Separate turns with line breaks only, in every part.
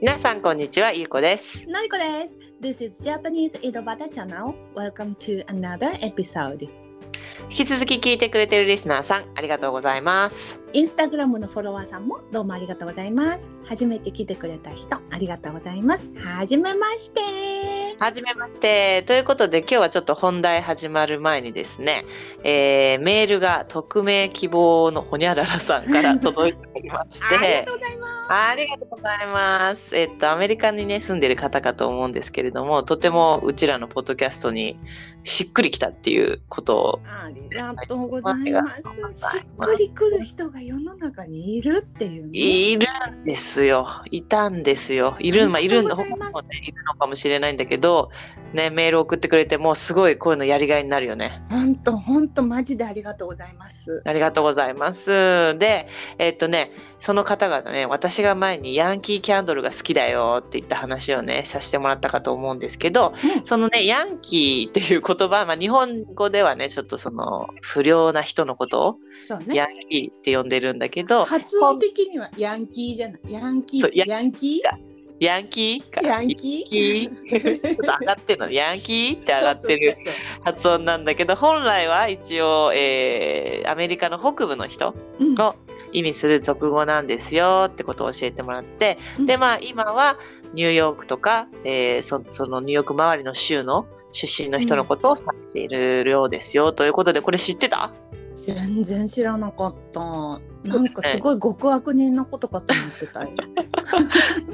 皆さんこんにちは、ゆうこです。
Noriko です。This is Japanese Idobata Channel. Welcome to another episode.
引き続き聞いてくれてるリスナーさん、ありがとうございます。
インスタグラムのフォロワーさんもどうもありがとうございます。初めて来てくれた人、ありがとうございます。はじめまして。
はじめまして。ということで、今日はちょっと本題始まる前にですね、えーメールが匿名希望のほにゃららさんから届いておりまし
ありが
て
と、うございます。
ありがとうございます。えっと、アメリカにね、住んでる方かと思うんですけれども、とてもうちらのポッドキャストにしっくりきたっていうことを
ありがとうございます。しっくりくる人が世の中にいるっていう、ね。
いるんですよ。いたんですよ。いる、まあ、
あ
い
り
る
が
ん
と
だ、
う
他
ござ
に
います
もね、いるのかもしれないんだけど、ね、メール送ってくれて、もうすごいこういうのやりがいになるよね。
本当本当マジでありがとうございます。
ありがとうございます。で、えっとね、その方がね、私が前にヤンキーキャンドルが好きだよって言った話をね、させてもらったかと思うんですけど、
うん
そのね、ヤンキーっていう言葉、まあ、日本語ではね、ちょっとその不良な人のこと
そう
を
ね。
ヤンキーって呼んでるんだけど、
発音的にはヤンキーじゃない。ヤンキ
そうヤ
ー。ヤンキ
ヤンキーか
ー。
ら
ヤンキー。
キーちょっと上がってるのヤンキーって上がってる
そうそうそうそう。
発音なんだけど本来は一応、えーアメリカの北部の人
うん
の意味する俗語なんですよってことを教えてもらって、
うん
でまあ今はニューヨークとか、えーそそのニューヨーク周りの州の出身の人のことを指しているようですよ、ということでこれ知って た
全然知らなかった。なんかすごい極悪人のことかと思ってたよ。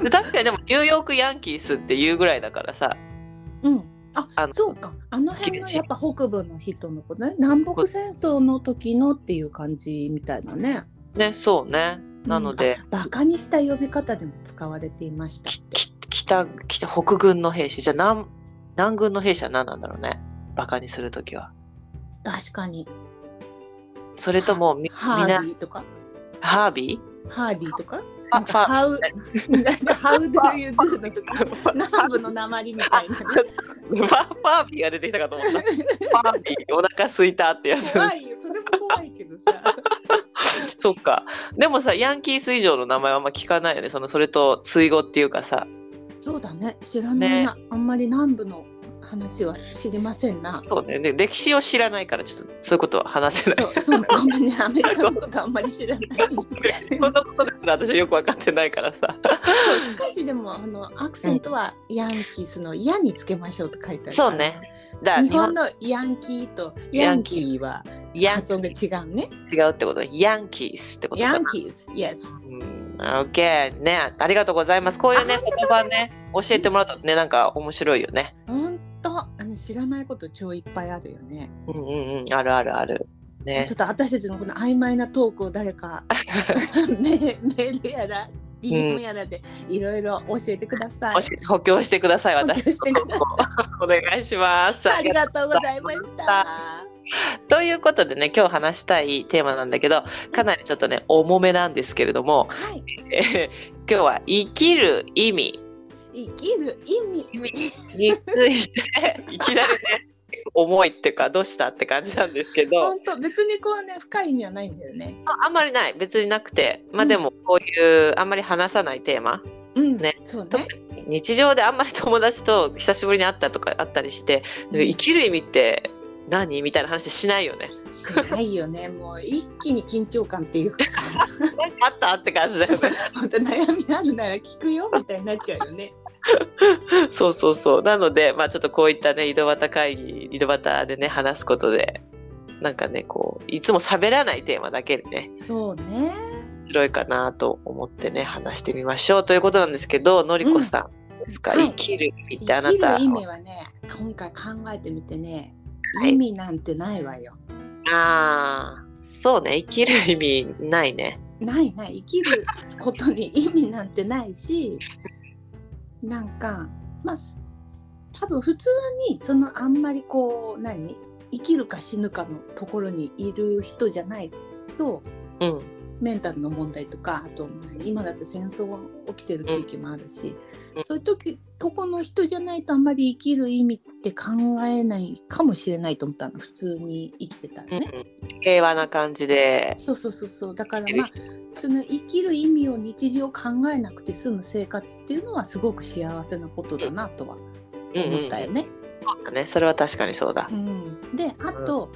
で確かにでもニューヨークヤンキースっていうぐらいだからさ
うん。あ
あの
そうか。あの辺のやっぱ北部の人のことね。南北戦争の時のっていう感じみたいなね。
ねそうねなので、
うん、あバカにした呼び方でも使われていましたっ
き
て。
き北北北軍の兵士じゃあ南南軍の兵士は何なんだろうねバカにする時は
確かに。
それともみ
ハー
みな
ディーとか。
ハービ
ハーディーとか。
ー
な
あ
ん
フ
か
ァ
ハウ、なんかハウドゥユドゥの 時
ファ
南部の鉛みたいなね。
ファファービーが出てきたかと思 ったファービーお腹すいたってやつ
怖いよ。それも怖いけどさ。
そっかでもさヤンキース以上の名前はあんま聞かないよねそのそれと追語っていうかさ
そうだね知らないな、あんまり南部の話は知りませんな
そうねで歴史を知らないからちょっとそういうことは話せ ない
そうそうごめんねアメリカのことあんまり知らない
こんなことですら私はよく分かってない からさ
そうしかしでもあのアクセントはヤンキースの「ヤ」につけましょうと書いてあるから
そうねだから
日本のヤンキーとヤンキーは
ヤンキ
発音が違うね
ー違うってことヤンキースってことか
ヤ
な
ンキース yes
うん、OK ねありがとうございますこういうね
あ
言葉ね教えてもらうとねなんか面白いよね
ほんとあの知らないこと超いっぱいあるよね
うんうんうんあるあるあるね
ちょっと私たちのこの曖昧なトークを 誰かメメールやら DM やらでいろいろ教えてください、
教え補強してください私
補強してください
お願いします
ありがとうございました。
ということでね今日話したいテーマなんだけどかなりちょっとね重めなんですけれども、
はい、
えー今日は生きる意味
生きる意味。
意味についていきなりね重いっていうかどうしたって感じなんですけど
本当、別にこうね、深い意味はないんだよね。
ああんまりない別になくてまあ
うん
でもこういうあんまり話さないテーマ
うん、
ね
そう
と
ね。
日常であんまり友達と久しぶりに会ったとかあったりしてで生きる意味って何みたいな話しないよね。
しないよね、もう一気に緊張感っていうか さ。
なん かあったって感じだよね。
本当悩みあるなら聞くよみたいになっちゃうよね。
そうそうそう。なので、まあちょっとこういったね、井戸端会議、井戸端でね、話すことで、なんかね、こう、いつも喋らないテーマだけでね、
そうね。
面白いかなと思ってね、話してみましょうということなんですけど、のりこさんですか、
はい
生きる意味ってあな
生きる
た、
意味はね、今回考えてみてね、
はい
意味なんてないわよ。
ああ、そうね、生きる意味ないね。
ないない生きることに意味なんてないしなんかまあ多分普通にそのあんまりこう何生きるか死ぬかのところにいる人じゃないと
うん。
メンタルの問題とかあと今だって戦争が起きてる地域もあるし、
うん
そういう時ここの人じゃないとあんまり生きる意味って考えないかもしれないと思ったの普通に生きてたらね。
うん平和な感じで。
そうそうそうそうだから
生き
まあ
る
その生きる意味を日常考えなくて済む生活っていうのはすごく幸せなことだなとは
うんうん
思ったよね。
そうだね、それは確かにそうだ。
うんであと、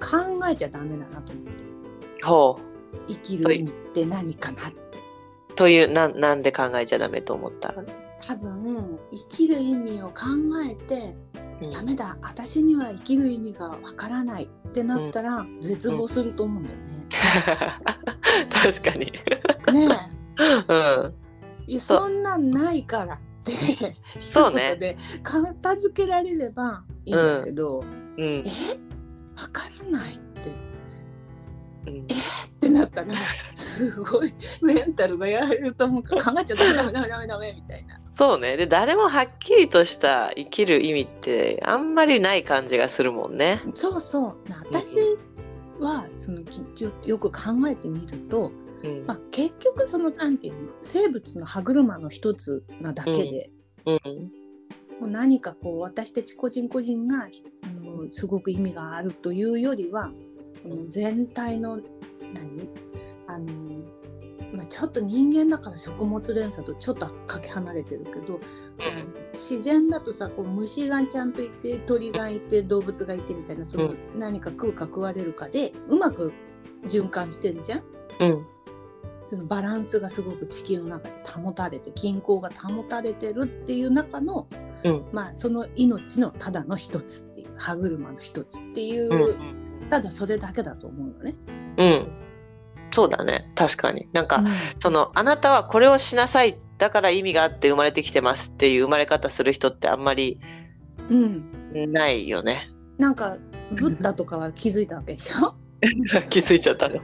考えちゃダメだなと思って
ほ
生きる意味って何かなって
う。という、なん、なんで考えちゃダメと思った。
多分生きる意味を考えて
うん
ダメだ私には生きる意味がわからないってなったら絶望すると思うんだよね。
確かに。
ねえ
うん。
いや
そう
そんなんないからって
そうね
一言で片付けられればいいんだけど、
うん
え。わからないってっ
うん
てなったらすごいメンタルがやられると思うから考えちゃダメダメダメダメダメみたいな。
そうね。で、誰もはっきりとした生きる意味って、あんまりない感じがするもんね。
そうそう私はそのきよよく考えてみると、
うん
ま。あ、結局そのなんていうの生物の歯車の一つなだけで。
うん。
もう何かこう私たち個人個人があのすごく意味があるというよりはこの全体の何あの、まあ、ちょっと人間だから食物連鎖とちょっとかけ離れてるけど、
ん
自然だとさこう虫がちゃんといて鳥がいて動物がいてみたいなその
うん
何か食うか食われるかでうまく循環してるじゃん。
うん。
そのバランスがすごく地球の中で保たれて均衡が保たれてるっていう中の、
うん
まあその命のただの一つっていう歯車の一つっていう、
うん。
ただそれだけだと思うのね。
うん。そうだね。確かに。なんか、そのあなたはこれをしなさいだから意味があって生まれてきてますっていう生まれ方する人ってあんまり
うん、うん
ないよね
なんかブッダとかは気づいたわけでしょ
気づいちゃったね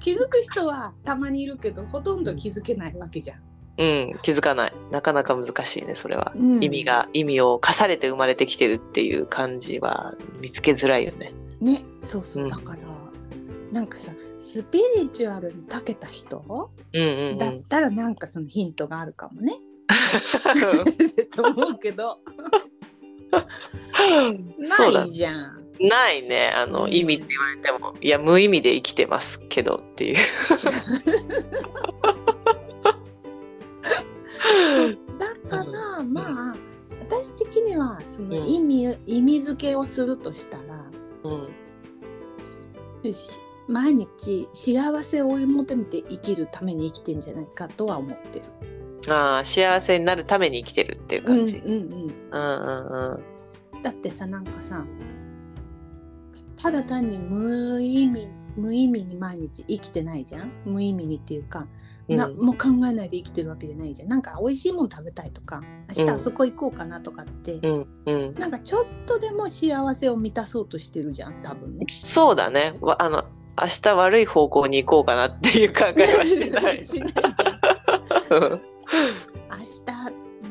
気づく人はたまにいるけどほとんど気づけないわけじゃん。
うん気づかないなかなか難しいねそれは、
うん
意味が意味を課されて生まれてきてるっていう感じは見つけづらいよね
ねそうそう、
うん
だからなんかさスピリチュアルに長けた人
うんうんう
だっ
ん
たらなんかそのヒントがあるかもね。と思う けど
そう
な
だ
いじゃん。
ないねあの、
うん
意味って言われてもいや無意味で生きてますけどっていう
だから
ん
まあ私的にはそ
う
の
ん
意味、意味付けをするとしたら
うん
し毎日幸せを追い求めて生きるために生きてんじゃないかとは思ってる。
あー幸せになるために生きてるっていう
うんう
感じ、
ん
うんうんうん
うん、だってさなんかさただ単に無意味無意味に毎日生きてないじゃん無意味にっていうかな
うん
もう考えないで生きてるわけじゃないじゃんなんか美味しいもの食べたいとか明日あそこ行こうかなとかって、
うんうん
なんかちょっとでも幸せを満たそうとしてるじゃん多分ね。
そうだね。わあの明日悪い方向に行こうかなっていう考えはしてな い。
しないじゃん
うん
明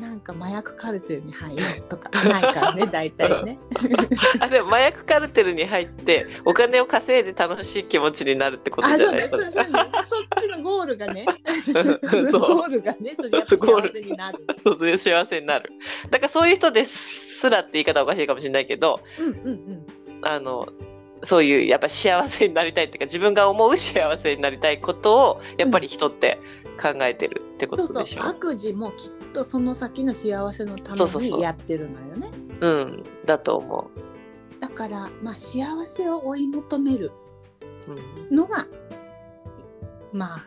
日なんか麻薬カルテルに入るとかないからね大体ね。
あでも麻薬カルテルに入ってお金を稼いで楽しい気持ちになるってこと
あ
じ
そ
ゃ
う
な
ね
い
そうそうねそっちのゴールがね
そう
ゴールがねそれやっぱ幸せになる。
そうそういう幸せになる。だからそういう人ですらって言い方おかしいかもしれないけど、
うんうんうん
あのそういうやっぱ幸せになりたいっていうか自分が思う幸せになりたいことをやっぱり人って考えてるってこ
そう
と
そう
でしょ。
悪事もきっとその先の幸せのた
そうそう
め
そう
にやってるのよね。
うんだと思
だからまあ幸せを追い求める
う。うん
のがまあ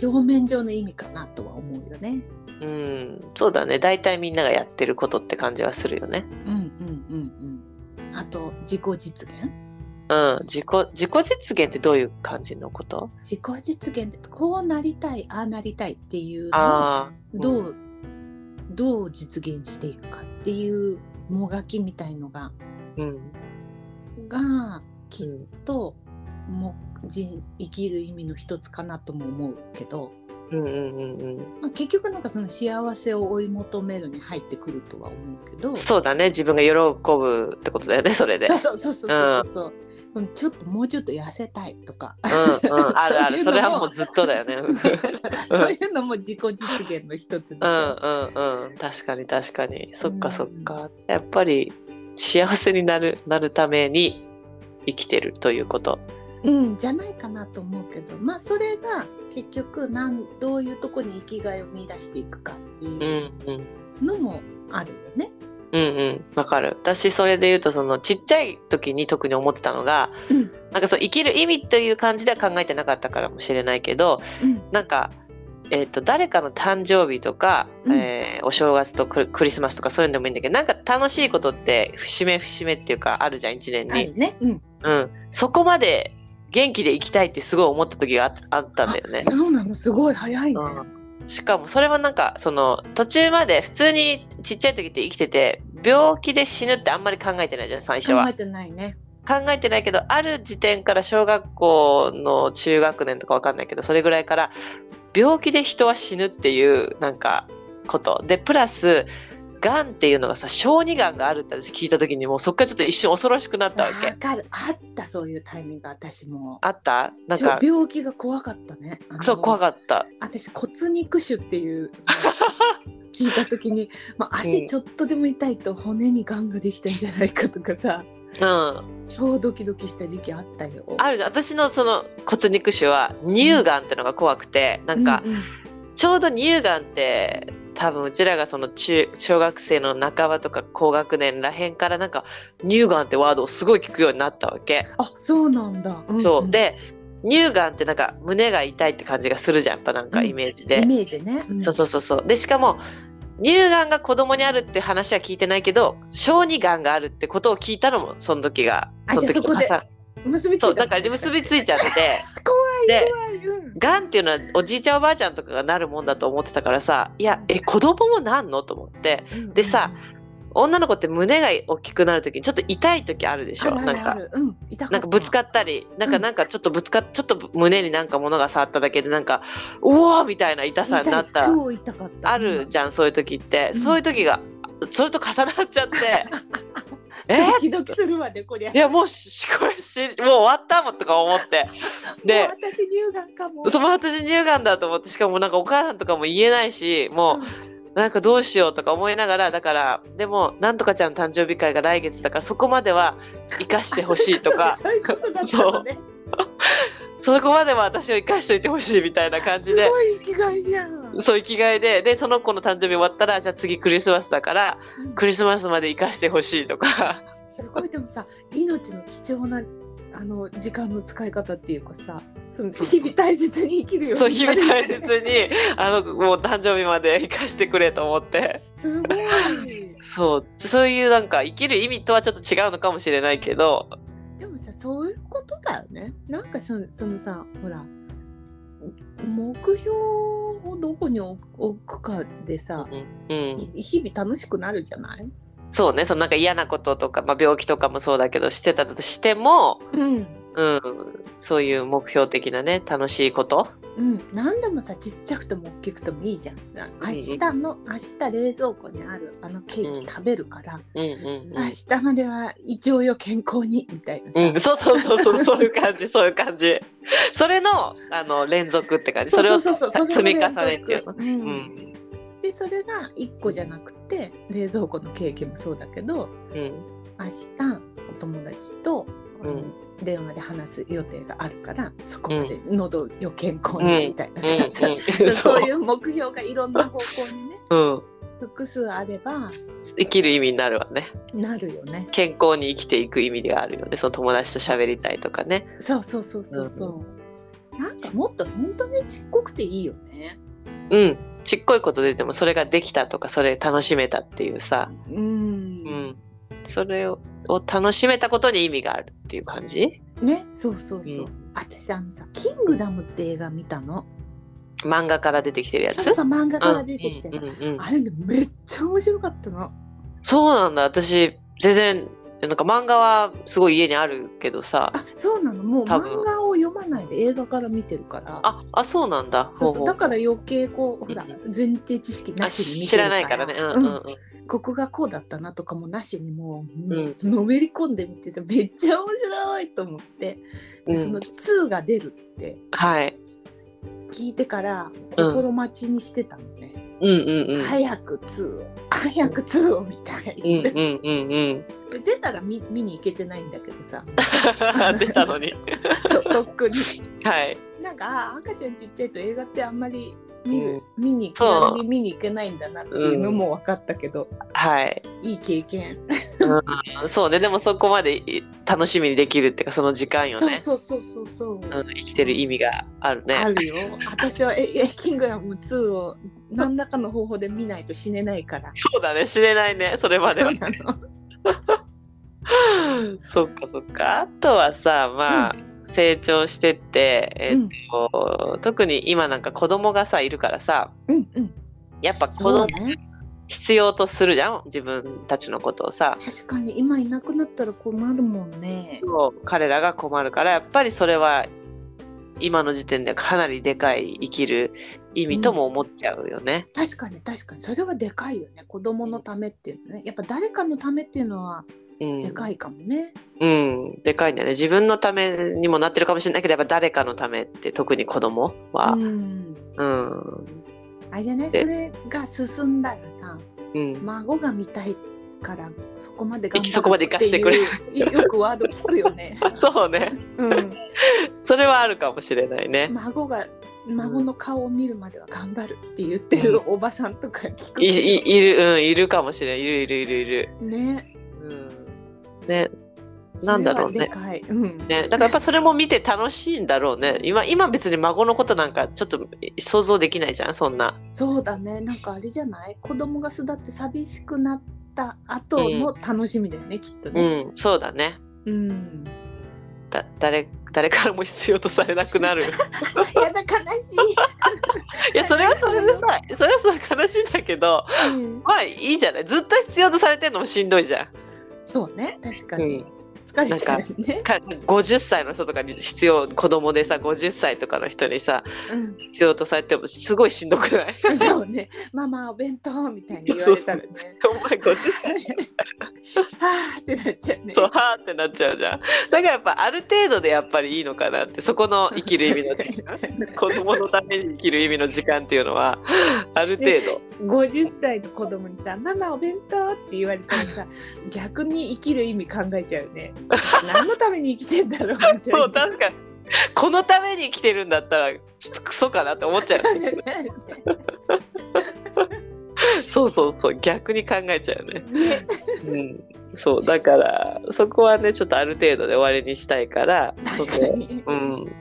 表面上の意味かなとは思うよね。
うん、そうだね。大体みんながやってることって感じはするよね。
うんうんうんうん。あと自己実現
うん、自己自己実現ってどういう感じのこと？
自己実現ってこうなりたいああなりたいっていうのを
ああ、
ど
うん
う、どう実現していくかっていうもがきみたいのが
うん、
がき
う
っ
ん、
とも人生きる意味の一つかなとも思うけど、
うん、うん、うん、
まあ、結局なんかその幸せを追い求めるに入ってくるとは思うけど
うん。そうだね。自分が喜ぶってことだよね。それで。
そうそうそうそうそうそう、うんちょっともうちょっと痩せたいとか
うんうん、あるある。
そ
そう
いうのも
れはもうずっとだ よね。うん
そういうのも自己実現の一つでし
う
ょ、
んうんうん。確かに確かに。そっ
う
か
ん
そっか。やっぱり幸せになるなるために生きてるということ。
うん、じゃないかなと思うけどまあそれが結局なんどういうとこに生きがいを見出していくかって
うんう
い
ん。
うのもあるよね。
うんうん、わかる私それで言うとそのちっちゃい時に特に思ってたのが
うん
なんかそう生きる意味という感じでは考えてなかったからもしれないけど
うん
なんか、えー、と誰かの誕生日とか、
うん
えーお正月とククリスマスとかそういうのでもいいんだけどなんか楽しいことって節目節目っていうかあるじゃん一年に、
あるね、うん、
うん、そこまで元気で生きたいってすごい思った時がああったんだよね
あ。そうなのすごい早いね。
うんしかもそれはなんかその途中まで普通にちっちゃい時って生きてて病気で死ぬってあんまり考えてないじゃん最初
考
は
えてないね。
考えてないけどある時点から小学校の中学年とかわかんないけどそれぐらいから病気で人は死ぬっていうなんかことでプラスがんっていうのがさ小児がんがあるって私聞いた時にもうそっからちょっと一瞬恐ろしくなったわ
わ
け
かるあったそういうタイミング私も。
あったなん
ちょ
か
病気が怖かったね。あの
そう怖かった
私骨肉腫って いう聞いた時に、まあ、足ちょっとでも痛いと骨にがんができたんじゃないかとかさ
うん
超ドキドキした時期あったよ。
あるじゃん私のその骨肉腫は乳がんってのが怖くて、なんか
うう
ちょうど乳がんって多分うちらがその中小学生の半ばとか高学年らへんからなんか乳がんってワードをすごい聞くようになったわけ。
あそうなんだ。ん
そうで乳がんってなんか胸が痛いって感じがするじゃんやっぱなんかイメージで。
イメージね。ん
そうそうそうそうでしかも乳がんが子供にあるって話は聞いてないけど小児がんがあるってことを聞いたのもその時が
あ
その時とか
じゃあ
さ
結びついた
そうなんか結びついちゃって
怖い
で
怖い。うん
がんっていうのはおじいちゃんおばあちゃんとかがなるもんだと思ってたからさいやえ子供もなんのと思って
うん
でさ女の子って胸が大きくなる時にちょっと痛い時あるでしょ
あるあ
なん
るあ
か
るうん痛
なんかぶつか
っ
ったりなん
う
か
ん
なんかちょっとぶつかちょっと胸になんか物が触っただけでなんかうわーみたいな痛さになった
痛い超痛かった
あるじゃんそういう時って
うん
そういう時がそれと重なっちゃって え
うん
ー
ドキドキするわねこりゃ
いやもうししこれしもう終わったもんとか思ってで
もう私乳がんかも
その私乳がんだと思ってしかもなんかお母さんとかも言えないしも
うん
うなんかどうしようとか思いながらだからでもなんとかちゃんの誕生日会が来月だからそこまでは生かしてほしいとか
そういうことだったのね
そこまでは私を生かしておいてほしいみたいな感じ
す
で
ごい生きがいじゃん
そう生きがいででその子の誕生日終わったらじゃあ次クリスマスだから
うん
クリスマスまで生かしてほしいとか
すごいでもさ命の貴重なあの時間の使い方っていうかさその
そう
日々大切に生きるよ
そう日々大切にあのもう誕生日まで生かしてくれと思って。
すごい
そうそういうなんか生きる意味とはちょっと違うのかもしれないけど
でもさそういうことだよねなんかそのそのさほら目標をどこに置く置くかでさ、
うんうん、
い日々楽しくなるじゃない、
そうねそのなんか嫌なこととか、まあ、病気とかもそうだけどしてたとしても、
うん
うん、そういう目標的なね楽しいこと、
うん、何でもさちっちゃくても大きくてもいいじゃんな明日の明日冷蔵庫にあるあのケー
う
キ
ん
食べるから、
うんうん
明日までは一応よ健康にみたいなさ、
うん、うん、そうそうそうそうそういう感じそういう感じそれのあの連続って感じそれを
ううう
積み重ねっていうの、
そ
うん
れも連続うんでそれが1個じゃなくて冷蔵庫のケーキもそうだけど
うん
明日お友達と、あの
うん
電話で話す予定があるからそこまで喉よ健康
う
に
ん
みたいなさ、
うん、
そ
う
ういう目標がいろんな方向にね
うん、
複数あれば
生きる意味になるわね
なるよね。
健康に生きていく意味があるよねその友達と喋りたいとかね
そうそうそうそうそう。なんかもっと本当にちっこくていいよね。
うんちっこいことででもそれができたとかそれ楽しめたっていうさ、
う。
うんん、それをを楽しめたことに意味があるっていう感じ
ね、そうそうそう。
う
私あのさ、キングダムって映画見たの。
漫画から出てきてるやつ
そうそう漫画から
うん
出てきて
うん
る。
うんうん
あれねめっちゃ面白かったの。
そうなんだ私全然なんか漫画はすごい家にあるけどさ
あ、そうなの。もう
多分
漫画を読まないで映画から見てるから。
ああそうなんだ
そうそう。
ほ
だ
うほう
から余計こうほら
うん
前提知識な
あ
しに見
知
てる
らないからねうんうんうん、
ここがこうだったなとかもなしにもう、
うん
のめり込んでみてさめっちゃ面白いと思って、
う
その
ん、
2が出るって
はい
聞いてから心待ちにしてたのね、
うんうんうん
早く2を早く2をみたい、
うんうんうんうん
で出たら見見に行けてないんだけどさ
出たのに
そうとっくに
はい
なんかあー赤ちゃんちっちゃいと映画ってあんまり見る、見に気
そう
軽に見に行けないんだなっていうのも分かったけど、
はい
いい経験
うんそうねでもそこまでい楽しみにできるっていうかその時間よね
そうそうそうそうそう、
うん、生きてる意味があるね
あるよ私はええキングダム2を何らかの方法で見ないと死ねないから
そうだね知れないねそれまでは
そうなの
そっかそっかあとはさまあ、成長してって、えっと特に今なんか子供がさいるからさ
うんうん
やっぱ子
そう
供
ね
必要とするじゃん、自分たちのことをさ
確かに今いなくなったら困るもんね
そう彼らが困るからやっぱりそれは今の時点でかなりでかい生きる意味とも思っちゃうよね。
確かに確かにそれはでかいよね子供のためっていうのねやっぱ誰かのためっていうのは
うん
でかいかもね、
うん、でかいんだよね自分のためにもなってるかもしれないけどやっぱ誰かのためって特に子供は
うん、
うん、
あれじゃないそ
で
れが進んだらさ
うん
孫が見たいからそこまで頑張るっていう
そこまで活かしてくれ
よくワード聞くよね、
そうね
うん、
それはあるかもしれないね
孫が孫の顔を見るまでは頑張るって言ってるおばさんとか聞く
い
けど
いいるうんいるかもしれないいるいるいるいる
ね
うんねなんだろうね
それはでかい、うん、
ねだからやっぱそれも見て楽しいんだろうね今今別に孫のことなんかちょっと想像できないじゃんそんな
そうだねなんかあれじゃない子供が巣立って寂しくなった後の楽しみだよね、きっと
う
ね、
んそうだね
うん、
だ誰誰からも必要とされなくな る
やだ悲しい、
いやそれはそれでさそれはそれ悲しいんだけど
うん、
まあいいじゃないずっと必要とされてるのもしんどいじゃん、
そうね確か
う
に、
ん、
疲れちゃうよね
か50歳の人とかに必要子供でさ50歳とかの人にさ
う
必要とされてもすごいしんどくない
ん、そうねママお弁当みたいに言われたらね
お前50歳
はあってなっちゃうね
そうはーってなっちゃうじゃんだからやっぱある程度でやっぱりいいのかなってそこの生きる意味の時間 子供のために生きる意味の時間っていうのはある程度
50歳の子供にさ「ママお弁当」って言われたらさ逆に生きる意味考えちゃうよね。私何のために生きてんだろうみたいな。
そう確かにこのために生きてるんだったらちょっとクソかなって思っちゃうそうそうそう逆に考えちゃうよね
ね
うん、そうだからそこはねちょっとある程度で終わりにしたいからそ
確か
こ
に。
うん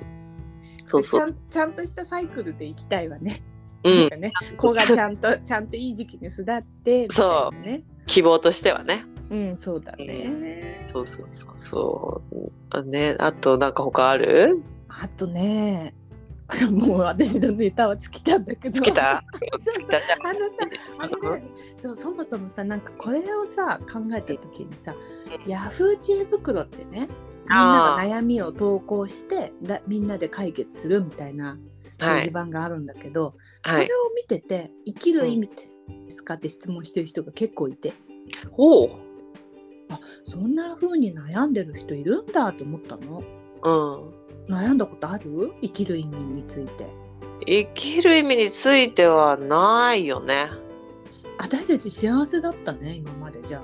そうそう
ちゃんちゃんとしたサイクルで生きたいわね。
う
なん
ん
かね子がちゃんとちゃんといい時期に巣立ってみたいなね。
希望としてはね
うんそうだね。
そうそうそうそうあねあとなんか他ある
あとねもう私のネタは尽きたんだけど。
つきた
そう
つきたじゃん
あのさあれだよねそうそもそもさなんかこれをさ考えた時にさヤフー知恵袋ってねみんなが
あー
悩みを投稿してだみんなで解決するみたいな掲
は
示
い
板があるんだけど、
は
そ
い
れを見てて「生きる意味ってですか?」って質問してる人が結構いて
おう
そんな風に悩んでる人いるんだと思ったの
うん
悩んだことある生きる意味について
生きる意味についてはないよね
私たち幸せだったね今までじゃあ。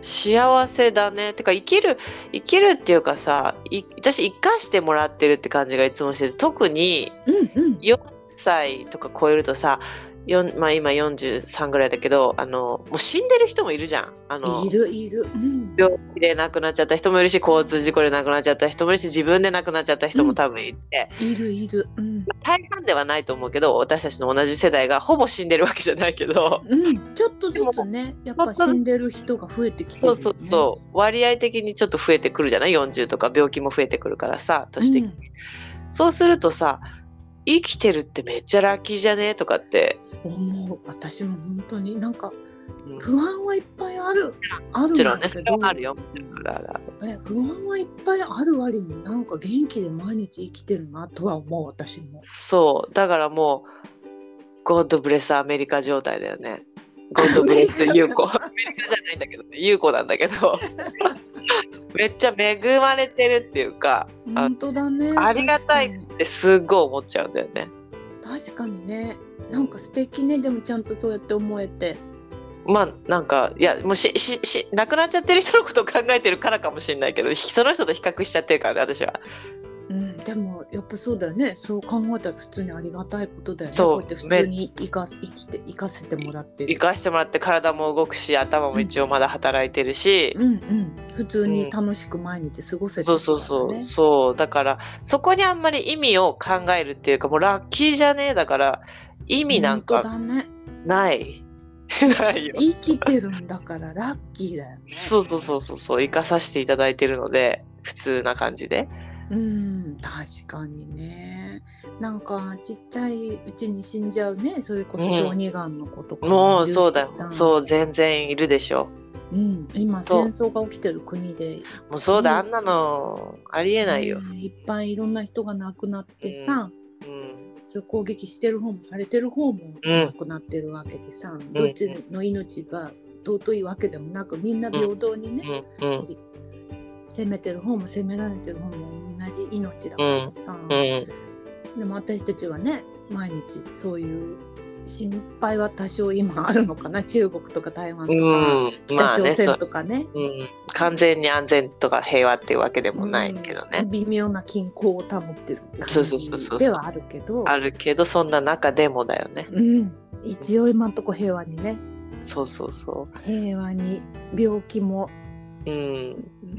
幸せだねてか生きる生きるっていうかさい私生かしてもらってるって感じがいつもしてて特に
うんうん
4歳とか超えるとさ、よんまあ、今43ぐらいだけどあのもう死んでる人もいるじゃんあの
いるいる。うん
病気で亡くなっちゃった人もいるし交通事故で亡くなっちゃった人もいるし自分で亡くなっちゃった人も多分いて、
いるいる。うん。
大半ではないと思うけど私たちの同じ世代がほぼ死んでるわけじゃないけど。
うん、ちょっとずつね、やっぱ死んでる人が増えてきてる
そ
よ
う
ね、
そうそう割合的にちょっと増えてくるじゃない40とか病気も増えてくるからさ
う
年的
ん
に、そうするとさ生きてるってめっちゃラッキーじゃねとかって、
思う。私も本当になんか
うんも
不安はいっぱいある。あるん
ちろんね
だけ
それ
ど、
はあるよあるあるある
え不安はいっぱいある割になんか元気で毎日生きてるなとは思う私も。
そうだからもうゴッドブレスアメリカ状態だよねゴッドブレス優子メリカじゃないんだけどね優子なんだけど めっちゃ恵まれてるっていうかあ
本当だね
ありがたい
確か
ってすっごい思っちゃうんだよね
に確かにねなんか素敵ねでもちゃんとそうやって思えて
まあなんかいやもうししし亡くなっちゃってる人のことを考えてるからかもしれないけどひその人と比較しちゃってるからね私は
うん、でもやっぱそうだよねそう考えたら普通にありがたいことだよね
そう
こうやって普通に生かす生きて生かせてもらって
生
る
かしてもらって体も動くし頭も一応まだ働いてるし、
うんうん普通に楽しく毎日過ごせて
そ
る
うそうそうそうだからそこにあんまり意味を考えるっていうかもうラッキーじゃねえだから意味なん
本当
か
だね
ない ないよ
生きてるんだからラッキーだよね
そうそうそうそうそう生かさせていただいてるので普通な感じで
うん確かにねなんかちっちゃいうちに死んじゃうねそれこそ小児がんの子とか
もうそうだよ
う、
そう全然いるでしょ
うん、今
そ
戦
う
争が起きてる国で
もうそうだ、
うん
あんなのありえないよ、
ねいっぱいいろんな人が亡くなってさ、
うん
そう攻撃してる方もされてる方も
うん
亡くなってるわけでさ、どっちの命が尊いわけでもなくみんな平等にね、
うんうん
責めてる方も責められてる方も同じ命だからさ、
うん
でも私たちはね毎日そういう心配は多少今あるのかな 中国とか台湾とか、
うんま
北
あ
朝
ねそ
鮮
う
とかね。
うん、完全に安全とか平和っていうわけでもないけど
う
ね
ん、微妙な均衡を保ってる感
そうそうそうそう
じではあるけど
あるけどそんな中でもだよね
うん、一応今んとこ平和にね
そうそうそ
平和に病気も、
ううん
う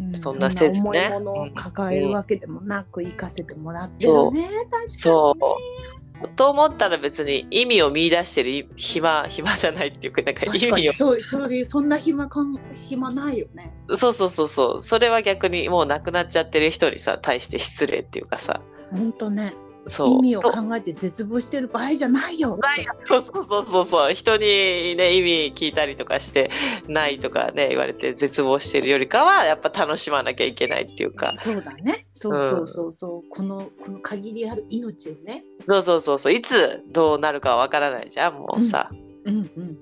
ん
そんなせずね
そんな重いものを抱えるわけでもなく生かせてもらってるね、確かにね
そうと思ったら別に意味を見出してる暇暇じゃないっていうかなんか意
確か
味
に
を
そうそれそんな暇かん暇ないよね
そうそうそうそうそれは逆にもう亡くなっちゃってる人にさ対して失礼っていうかさ
ほんとね
そう
意味を
と
考えて絶望してる場合じゃないよ
ないそうそうそうそうそう人にね意味聞いたりとかしてないとかね言われて絶望してるよりかはやっぱ楽しまなきゃいけないっていうか
そうだねそうそうそうそう、このこの限りある命をね
そうそうそうそういつどうなるかわからないじゃんもうさ、
うんうん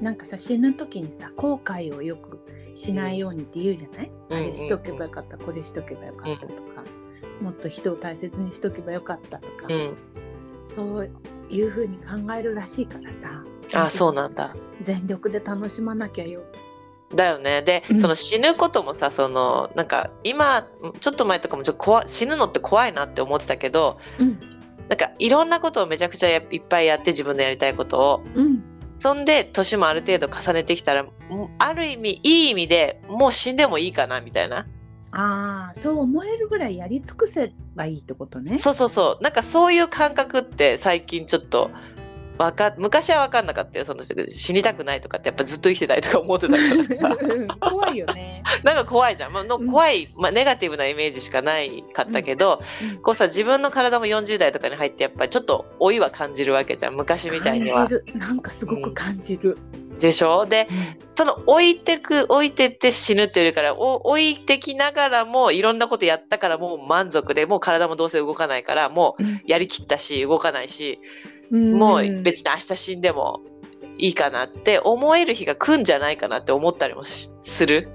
なんかさ死ぬ時にさ後悔をよくしないようにって言うじゃない、
うん
あれしとけばよかったこれしとけばよかったとか、もっと人を大切にしとけばよかったとか、
うん、
そういうふうに考えるらしいからさ
あそうなんだ
全力で楽しまなきゃよ
だよねで、
うん
その死ぬこともさそのなんか今ちょっと前とかもちょっと怖死ぬのって怖いなって思ってたけど
うん
なんかいろんなことをめちゃくちゃやいっぱいやって自分のやりたいことを
うん
そんで年もある程度重ねてきたらもうある意味いい意味でもう死んでもいいかなみたいな
ああそう思えるぐらいやり尽くせばいいってことね
そうそうそうなんかそういう感覚って最近ちょっとわか昔は分かんなかったよその死にたくないとかってやっぱずっと生きてたいとか思ってたから さ
怖いよね、
なんか怖いじゃん、まあ、の
うん
怖い、まあ、ネガティブなイメージしかないかったけど、
うん
こうさ自分の体も40代とかに入ってやっぱりちょっと老いは感じるわけじゃん昔みたいに
感
は
じ。るなんかすごく感じる、
でしょでその置いてく置いてって死ぬっていうよりからお置いてきながらもいろんなことやったからもう満足でもう体もどうせ動かないからもう
うん
やりきったし動かないし、
うん
もう別に明日死んでもいいかなって思える日が来んじゃないかなって思ったりもしする。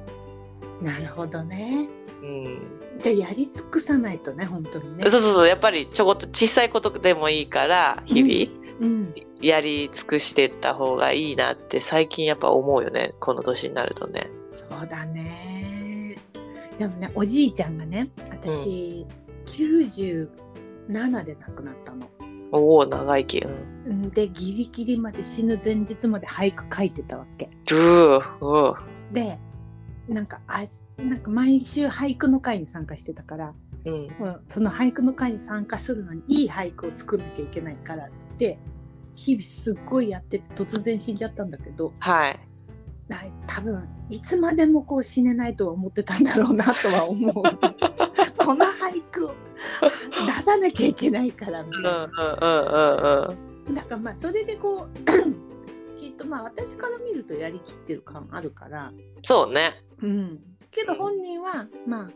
なるほどね
うん、
じゃあやり尽くさないとね本当にね
そうそうそうやっぱりちょこっと小さいことでもいいから日々
うん、
やり尽くしてった方がいいなって最近やっぱ思うよねこの年になるとね。
そうだねでもねおじいちゃんがね私、97で亡くなったの。
おお長生き。うん、
うんでギリギリまで死ぬ前日まで俳句書いてたわけ。
うーうん
でなんかあなんか毎週俳句の会に参加してたから、
うん
うんその俳句の会に参加するのにいい俳句を作んなきゃいけないからって言って日々すっごいやってて突然死んじゃったんだけど
はい。
ない多分いつまでもこう死ねないとは思ってたんだろうなとは思うこの俳句を出さなきゃいけないからみた
う
い
んうんう
なん
うん
だからまあそれでこう きっとまあ私から見るとやりきってる感あるから、
そうね。
うん、けど本人はまあ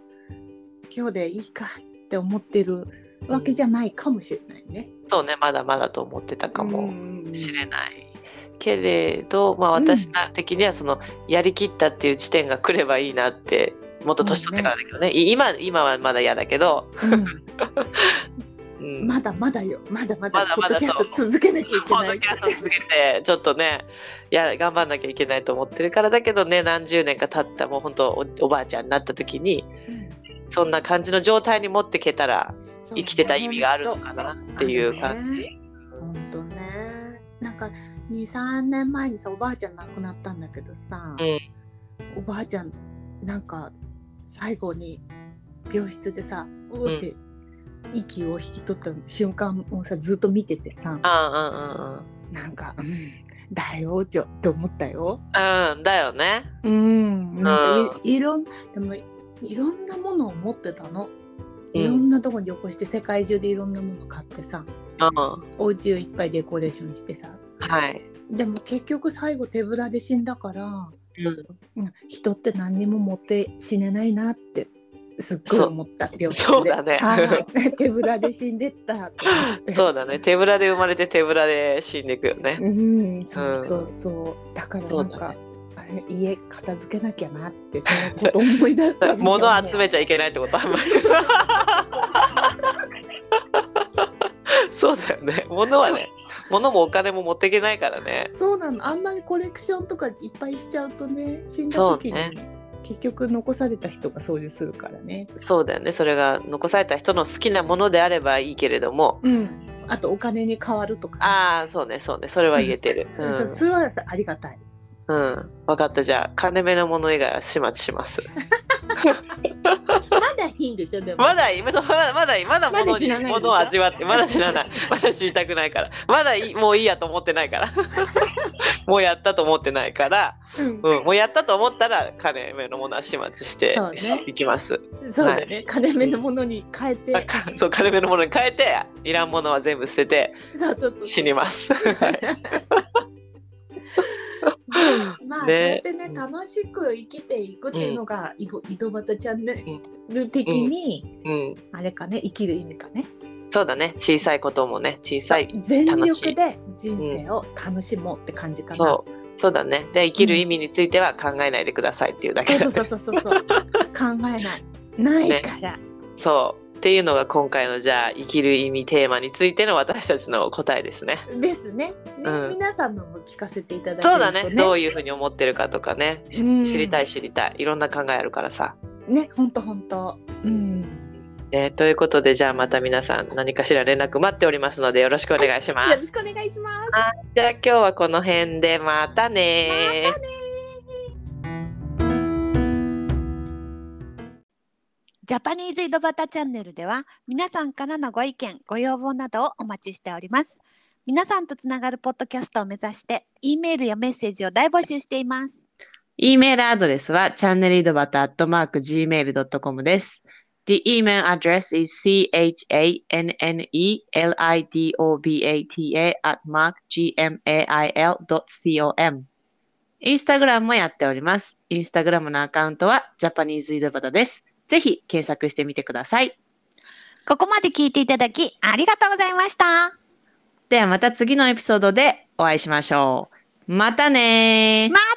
今日でいいかって思ってるわけじゃないかもしれないね。
そうねまだまだと思ってたか
う
も
ん
しれないけれど、まあ、
うん
私的にはそのやりきったっていう時点が来ればいいなってもっと年取ってからだけどねい今今はまだ嫌だけど、うん
うん、まだまだよまだまだ
まだ
ポ
ま
ッド
だ
キャスト
そう
続けなきゃいけ
ポッ
な
ド
い
キャスト続けてちょっとねいや頑張んなきゃいけないと思ってるからだけどね何十年か経ったもう本当おおばあちゃんになった時に
うん
そんな感じの状態に持ってけたら
そう
生きてた意味があるのかなっていう感じ。
本当ねなんか23年前にさおばあちゃん亡くなったんだけどさ、
うん
おばあちゃんなんか最後に病室でさうおって息を引き取った瞬間をさずっと見ててさ
あ
なんか、うん、大王女って思ったよ。
うんうんうん、うん、だよね。
うん、なんか
う
いいろんでもいろんなものを持ってたの。
うん
いろんなとこに旅行して世界中でいろんなもの買ってさ
うん、は
お家をいっぱいデコレーションしてさ
い。
でも結局最後手ぶらで死んだから、
うん
うん人って何にも持って死ねないなってすっごい思った病室で
そうだね
はい手ぶらで死んでったと思って
そうだね。手ぶらで生まれて手ぶらで死んでいくよね。
うんそうそうそうだからなん
そうだ
か、あれ家片付けなきゃなってそのこと思い出し た
物を集め
て
ちゃいけないってことあんまり。そうだよね。物はね、物もお金も持っていけないから ね。
そうなのあんまりコレクションとかいっぱいしちゃうとね死んだ時に、
そう
結局残された人が掃除するからね
そうだよね。それが残された人の好きなものであればいいけれども、
うんあとお金に変わるとかね、
ああ、そうね、そうね。それは言えてる。う。
そうんそれはさありが たい。
うん。分かった。じゃあ、金目のもの以外は始末します。
まだいいんでしょでも。
まだいい、まだまだいい、まだ
まだ
物
死
に
なないでしょ
物を味わって、まだ知ら ない、まだ知りたくないから、まだいいもういいやと思ってないから、 もうやったと思ってないから、
うん
うん、もうやったと思ったら金目のものは始末して
そうね
いきます。
そうだね、金目のものに変えて。
あかそう金目のものに変えて、いらんものは全部捨てて
そうそうそう
死に ます。
まあ、そうや
ね
ってね
うん
楽しく生きていくっていうのが、井戸井戸端チャンネル的に、
うん、
あれかね生きる意味かね。
そうだね。小さいこともね、小さい。
全力で人生を楽しもうって感じかな。
そう。そうだね。で生きる意味については考えないでくださいっていうだけだね
そうそうそうそうそう。考えない。ないから。
そうっていうのが今回のじゃあ生きる意味テーマについての私たちの答えですね。
ですねね、
うん
皆さんのも聞かせていただけると、ね。
そうだねどういうふうに思ってるかとかね、し
うん
知りたい知りたいいろんな考えあるからさ。
ね、本当本当。うん。
ね、ということでじゃあまた皆さん何かしら連絡待っておりますのでよろしくお願いしま
よろ
す。
しくお願いします。
じゃあ今日はこの辺でまたねー
またねジャパニーズ井戸端チャンネルでは皆さんからのご意見ご要望などをお待ちしております皆さんとつながるポッドキャストを目指して E メールやメッセージを大募集しています
E メールアドレスは channelidobata.gmail.com です。The email address is chanelidobata at mark gmail.com インスタグラムもやっております。インスタグラムのアカウントは Japanese 井戸端です。ぜひ検索してみてください。
ここまで聞いていただきありがとうございました
ではまた次のエピソードでお会いしましょう。またねー
また